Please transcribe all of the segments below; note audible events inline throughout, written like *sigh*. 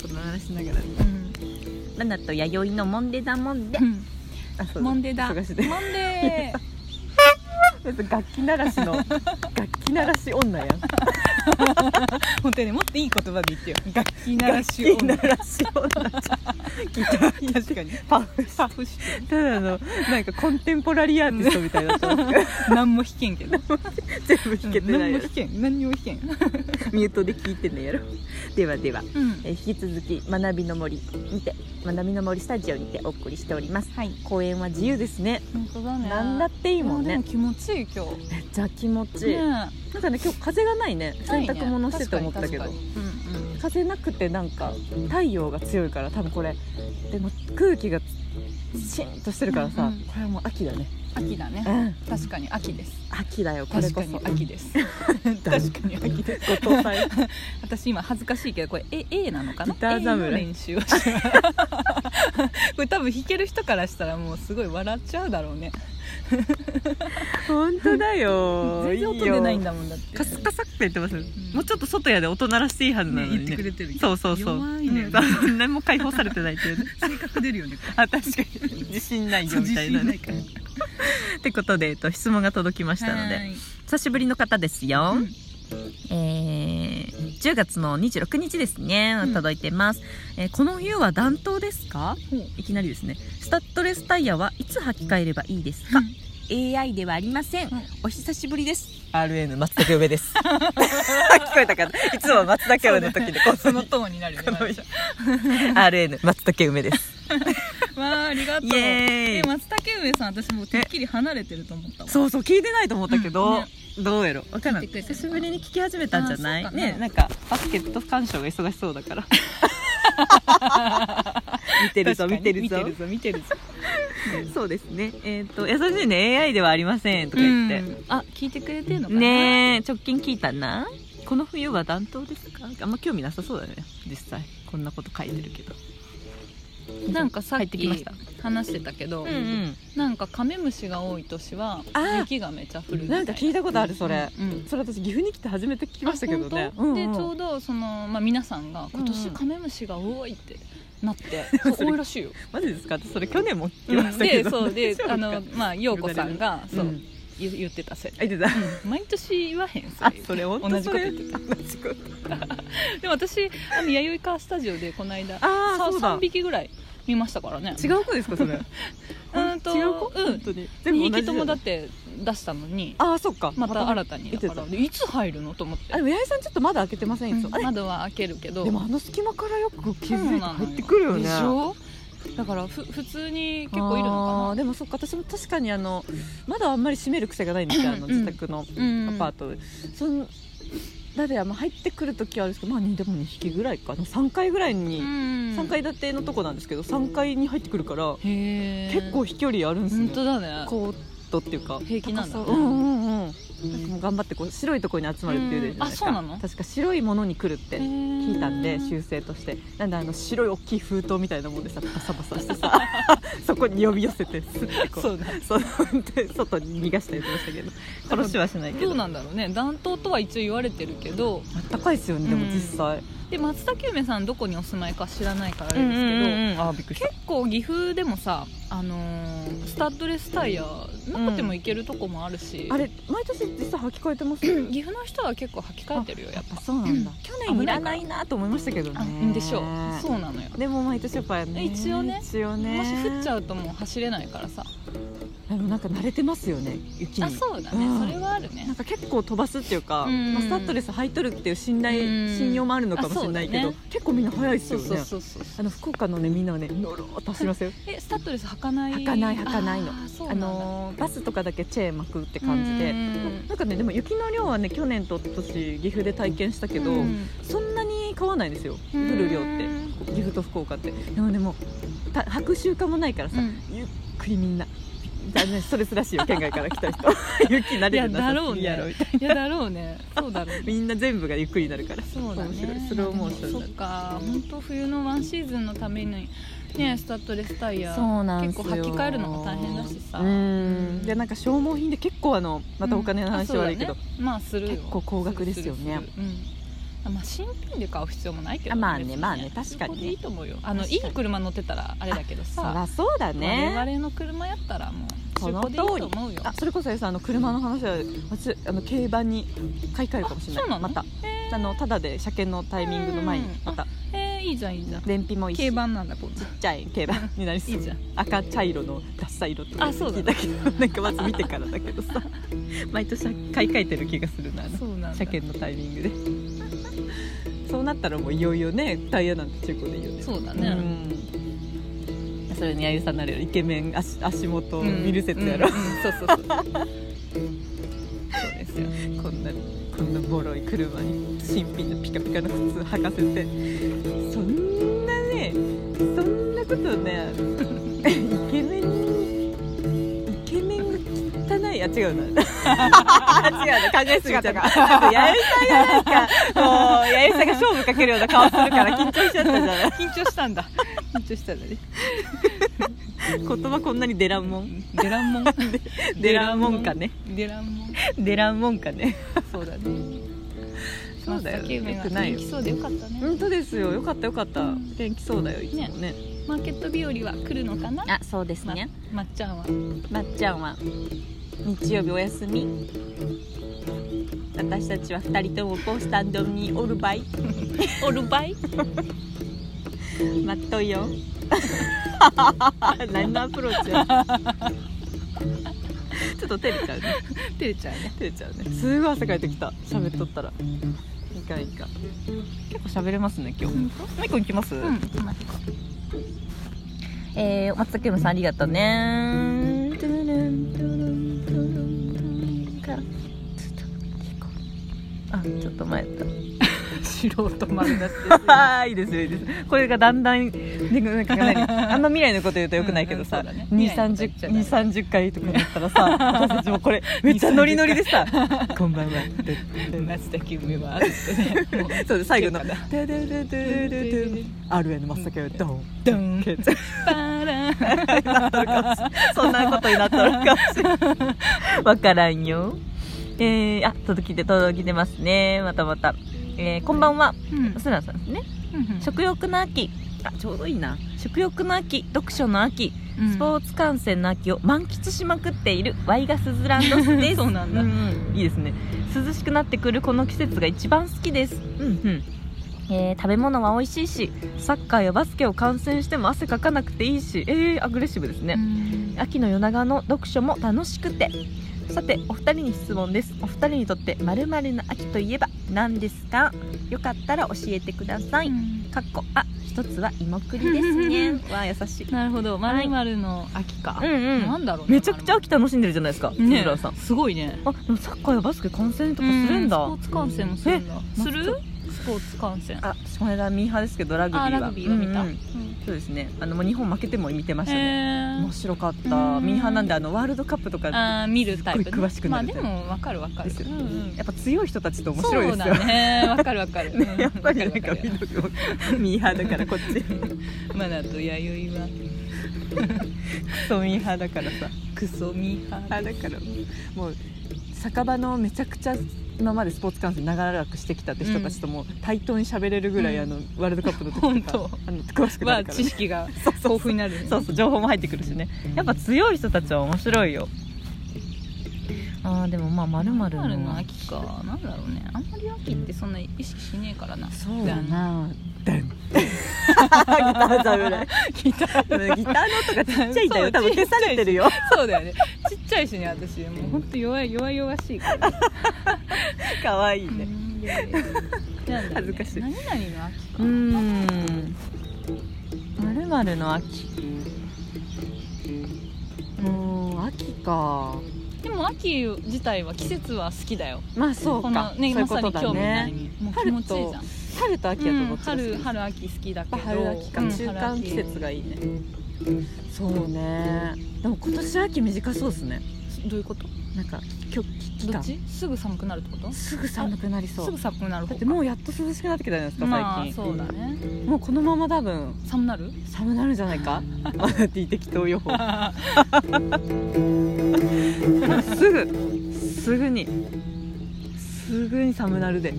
話しながらねナナと弥生のモンデダモンデうんあそうモンデだモ忙しいンねデ楽器鳴らし *laughs* の楽器鳴らし女やん本当にもっといい言葉で言ってよ楽器鳴ら楽し器音鳴らし女ギター確かにパフパフしてただのなんかコンテンポラリーアーティストみたいな何も弾けんけど *laughs* 全部弾けてないや何も弾ろけん何にも弾けんミュートで聞いてんのやろではではうんえー引き続き学びの森にて学びの森スタジオにてお送りしておりますはい公園は自由ですね本当だね何だっていいもんあでね気持ちいい今めっちゃ気持日ちいいなんねかね今日風がないね洗濯物してて思ったけどないね確かに確かにうんうん風なくてなんか太陽が強いから多分これでも空気がシーンとしてるからさ、うんうんこれはもう秋だね秋だねうん確かに秋です秋だよこれ確こかそに秋です *laughs* 確かに秋ですご搭 *laughs* 載私今恥ずかしいけどこれ A, A なのかなギター侍 A の練習を *laughs* してこれ多分弾ける人からしたらもうすごい笑っちゃうだろうね本当だよ全然音出ないんだだもんだってカスカサって言ってます、んもうちょっと外やで音鳴らしていいはずなのねに、ね言ってくれてるそうそうそう弱いねうん何も解放されてないっていうね性格出るよねあ確かに自信ないよみたいな *laughs* ねからってことで、えっと、質問が届きましたので久しぶりの方ですよ、 *laughs* うんえー10月の26日ですねうん届いてます、えーこの冬は暖冬ですかほういきなりですねスタッドレスタイヤはいつ履き替えればいいですか、AI ではありません、はいお久しぶりです RN 松田上です *laughs* 聞こえたかないつも松田上の時でこそののトーンになるよねこの *laughs* まるちゃん RN 松田梅ですわあありがとうイエーイえ松竹梅さん私もうてっきり離れてると思ったわそうそう聞いてないと思ったけど、うんねどうやろわかんない聞いてくれてる久しぶりに聞き始めたんじゃないあそうかなねなんかバスケット鑑賞が忙しそうだから *laughs* 見てるぞ見てるぞ見てるぞ見てるぞそうですねえっ、と優しいね AI ではありませんとか言って、うんあ聞いてくれてるのかなねえ直近聞いたなこの冬は暖冬ですかあんま興味なさそうだね実際こんなこと書いてるけどなんかさっ入ってきましきた話してたけど、なんかカメムシが多い年はあー雪がめちゃ降るみたないんなか聞いたことあるそれ、うんそれ私岐阜に来て初めて聞きましたけどねあ本当でちょううどその、まあ、皆さんが今うんう年んカメムシが多いって *laughs* なって、それ多いらしいよ、どマジですか私それ去年も聞きうまんしたけでど、そうで大丈夫か *laughs* あのまあ陽子さんがそう、ん言言ってたせいあ言ってた毎年言わへんそあ *laughs* れそれ本当同じことそれ言ってた同じことでも私あの弥生カースタジオでこの間 *laughs* あーさそうだ3匹ぐらい見ましたからね違う子ですかそれ *laughs* うんと *laughs* 違う子、うん本当に2匹じともゃないだって出したのにあーそっかまた新たに見だてかたらでいつ入るのと思ってあでも八重さんちょっとまだ開けてませんいつも、あれ窓は開けるけどでもあの隙間からよく気そうづいてなの入ってくるよねでしょだからふ普通に結構いるあーのでもそっか私も確かにあのまだあんまり閉める癖がないんですよあのうん自宅のアかなパートで、そのだであんま入ってくる時はあるんですけどまあにでも2匹ぐらいかな3階ぐらいに、 3 3階建てのとこなんですけど3階に入ってくるから、へえ結構飛距離あるんです本ね当だねコートっていうか平気なんだ高さうんうんうんなんかもう頑張ってこう白いところに集まるっていうじゃいですかうんあそうなの確か白いものに来るって聞聞いたんで修正としてなんであの白い大きい封筒みたいなもんでさバサバサして *laughs* さそこに呼び寄せてスッてこうそうだそうで外に逃がしたりしてましたけど殺しはしないけどどうなんだろうね暖冬とは一応言われてるけどあったかいですよねでもうん実際で松田梅さんどこにお住まいか知らないからああれですけど、あーびっくりした結構岐阜でもさ、あのースタッドレスタイヤなくても行けるとこもあるし、あれ毎年実際履き替えてます岐阜の人は結構履き替えてるよやっぱそうなんだ去去年いらないなと思いましたけどあねでしょうそうなのよでも毎年やっぱね一応ね一応ねもし降っちうゃうともう走れないからさでもなんか慣れてますよね雪にあそうだね、うんそれはあるなねんか結構飛ばすっていうか、うんまあ、スタッドレス履いとるっていう信頼、うん信用もあるのかもしれないけあそど、うだ結構みんな早いですそようねそうそうそうあの福岡のねみんなはねのろーっと走りますよえスタッドレス履かない履かない履かないのあーそあうなんだのーバスとかだけチェーン巻くって感じでうんなんかねでも雪の量はね去年と今年岐阜で体験したけど、うんそんなに変わらないんですよ降る量って岐阜と福岡ってでもねもうた履く習慣もないからさ、うんゆっくりみんなだ、ね、ストレスらしいよ県外から来た人雪慣れるないやだろうねやろみたいいやだろうねそうだろうねなみんな全部がゆっくりになるからそうだね面白いスローモーションだそっか本当冬のワンシーズンのためにねスタッドレスタイヤそうなん結構履き替えるのも大変だしさうんでなんか消耗品で結構あのまたお金の話悪いけど、うんあそうだねまあするよ結構高額ですよねするするするうんまあ、新品で買う必要もないけど、あまあね別まあね確かにね中古でいいと思うよあの確いかいに車乗ってたらあれだけどそりさゃそうだね我々の車やったらもうそ中の通古でりいいと思うよあそれこそさあの車の話は私あの競馬に買い替えるかもしれないあそうなまのたへあのただで車検のタイミングの前にうんまたええーいいじゃんいいじゃん燃費もいいし競馬なんだこんなちっちゃい競馬になりそういいじゃん赤茶色のダッサ色とかあそうだ聞いたけどなんかまず見てからだけどさ毎年買い替えてる気がするなあのそうなんだ車検のタイミングでそうなったらもういよいよねタイヤなんて中古でいいよねそうだうね、んそれにあゆさんなるよイケメン足足元を見る説やろ、うんうんうんそうそうそうそうですよこんなこんなボロい車に新品のピカピカの靴履かせてそんなねそんなことねイケメンにイケメンが汚いあ違うな *laughs* 違うな考えすぎちゃった姿がやゆさんやなんかもうやゆさんが勝負かけるような顔するから緊張しちゃったじゃない緊張したんだ緊張したんだね言葉こんな *laughs* にデラモンデランモンデラモンかねデランモンデラモンかねそうだねそうだよ松茸梅よがくない元よ気そうでよかったね本当ですよよかったよかった元気そうだよいつもねマーケット日和は来るのかなあそうですままっちゃんはまっちゃんは日曜日お休み私たちは2人ともボスタンドにおるばいオルバイ待っといよ *laughs* 何のアプローチや *laughs* ちょっと照れちゃうね照れちゃうね照れちゃうねすごい汗かいてきた喋っとったらいいかいいか結構喋れますね今日もう一個いきます、うんまあえー、松崎梅さんありがとうねあちょっと前だっ素人丸出しですたあーいいですよいいですこれがだんだんねなんか何あんま未来のこと言うとよくないけどさうんうん *laughs* そうだね2未来のこと言っちゃダメ3 0 2回とかだったら *laughs* さ私たちもこれめっちゃノリノリでさ「こんばんは」って夏だけ梅はつって *laughs* ねもうそうです最後のそうかな「ドゥドゥドゥドゥドゥドゥ RN 松崎梅ドン *laughs* ドン決パラン *laughs* そんなことになったのかもしれない。 *laughs* わからんよ。えー、あ、届きて、届きてますね。またまた。えー、こんばんは。うんすなさんですね。食欲の秋。あ、ちょうどいいな。食欲の秋、読書の秋、スポーツ観戦の秋を満喫しまくっているワイガスズランドス *laughs* です。そうなんだうんいいですね。涼しくなってくるこの季節が一番好きです。うんうん。えー食べ物は美味しいしサッカーやバスケを観戦しても汗かかなくていいしえー、アグレッシブですね、うん秋の夜長の読書も楽しくてさてお二人に質問ですお二人にとってまるまるの秋といえば何ですかよかったら教えてください、かっこあ一つは芋栗ですね *laughs* わあ優しいなるほどまるまるの秋かうんうんなんだろうねめちゃくちゃ秋楽しんでるじゃないですかねねさんすごいねあでもサッカーやバスケ観戦とかするんだ、うスポーツ観戦もするんだえするスポーツ観戦あこの間ミーハーですけどラグビーはあラグビーは見たうんうんそうですねあのもう日本負けても見てましたね、え面白かったうんミーハーなんであのワールドカップとかあー見るタイプねすっごい詳しくまなあるでもわかるわかるですようんうんやっぱ強い人たちと面白いですよそうだねわかるわ *laughs* かるね、やっぱりなんかわるわるミーハーだからこっちマナと弥生はそうミーハーだからさクソミーハーあだからもう酒場のめちゃくちゃ今までスポーツ観戦長らくしてきたって人たちとも対等に喋れるぐらい、うんあのワールドカップのほん時ととかあの詳しくなはるから、ね知、識がそうそう豊そう富になるよねそうそう情報も入ってくるしねやっぱ強い人たちは面白いよあーでもまあまるまるまるの秋かなんだろうねあんまり秋ってそんな意識しねえからなそうだなダン *laughs* ギター侍ギターギターの音がちっちゃいんだそよう多分消されてるよそうだよねちっちゃいしね私もうほんと弱い弱々しいからかわいいねうんいやいやいやなんだ恥ろうねずかしい何々の秋かうーんまるまるの秋うーん秋かでも秋自体は季節は好きだよまあそうこかのねそういうまこさとだに今日みたねいにもう気持ちいいじゃん春と秋やとどっちが好き春春秋好きだけど春秋かうん中春間秋季節がいいねそうねでも今年秋短そうですねどういうことなんかきょ期どっ間ちすぐ寒くなるってことすぐ寒くなりそすうぐ寒くなるだ方ってかもうやっと涼しくなってきたじゃないですかまあ最近そうだねもうこのまま多分寒なる *laughs* 寒なるんじゃない *laughs* かマナティー適当予報すぐすぐにすぐに寒なるで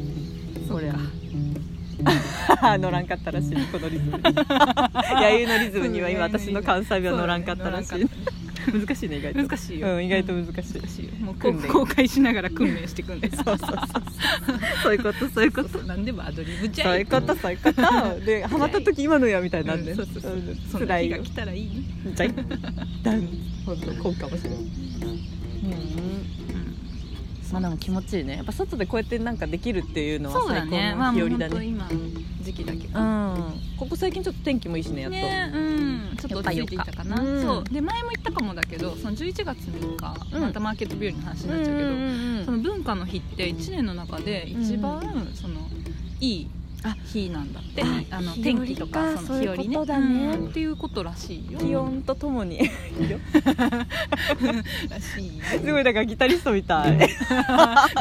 こそうれか *laughs* 乗らんかったらしいこのリズ *laughs* ムに弥生のリズムには今私の関西弁は乗らんかったらしい難しいね意外と難しいよ、うん、意外と難しい難しいよもうこ訓う練 *laughs* 公開しながら訓練していくんで *laughs* そうそうそうそうそういうことそういうことそうなんでもアドリブじゃそういうことそういうことでハマった時今のやみたいにななっんてで、うそうそうそうんそんな辛い日がよ来たらいいね、じゃいダン本当こうかもしれないうんまあでも気持ちいいねやっぱ外でこうやってなんかできるっていうのはそう最だ高ねまあの日も和う本だ当ね今時期だけどうんここ最近ちょっと天気もいいしねやっと、ねうんちょっと落ち着いていたかな、やっぱよかうんそうで前も言ったかもだけどその11月3日、うんまたマーケットビューの話にななっっちちゃうゃうけけどど、その文化の日って1年の中で一番、そのいいあ日なんだってああの日和天気とかかその日和そういうねことだねうんっていうことらしいよ気温とともに *laughs* らしいよすごいなんかギタリストみた *laughs* いなんか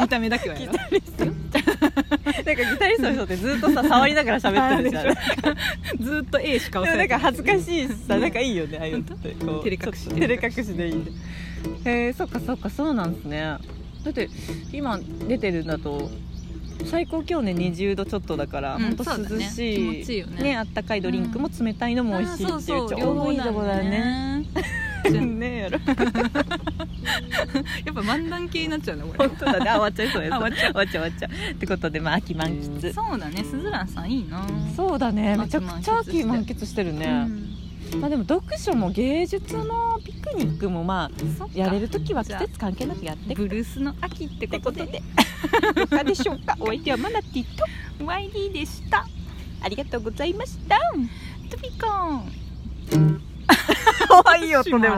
見た目だけはや *laughs* ろギタリストの人ってずっとさ触りながら喋 *laughs* ってるじゃんでずーっと A しかも押さなれんか恥ずかいしいしさなんかいいよねああいうのってこう照れ隠しちょっと照れ隠しでいいねへえそっかそっかそうなんですねだって今出てるんだと最高気温ね20度ちょっとだから、うんほんとそうだ涼ねしい気持ちいいよねあったかいドリンクも冷たいのも美味しいっていうそうそうちょ両うど方いいとこだねねねえやろやっぱ漫談系になっちゃうねこれ本当だねあ終わっちゃいそうですあ終終わっちゃう終わっちゃうってことでまあ秋満喫そうだねすずらんさんいいなそうだねめちゃくちゃ秋秋満満喫してるうね、んまあでも読書も芸術のピクニックもまあそっかやれる時は季節関係なくやってブルースの秋ってってここととででいかがでしょう *laughs* かお相手はマナティと YD でしたありがとうございましたトピコン可愛い音でも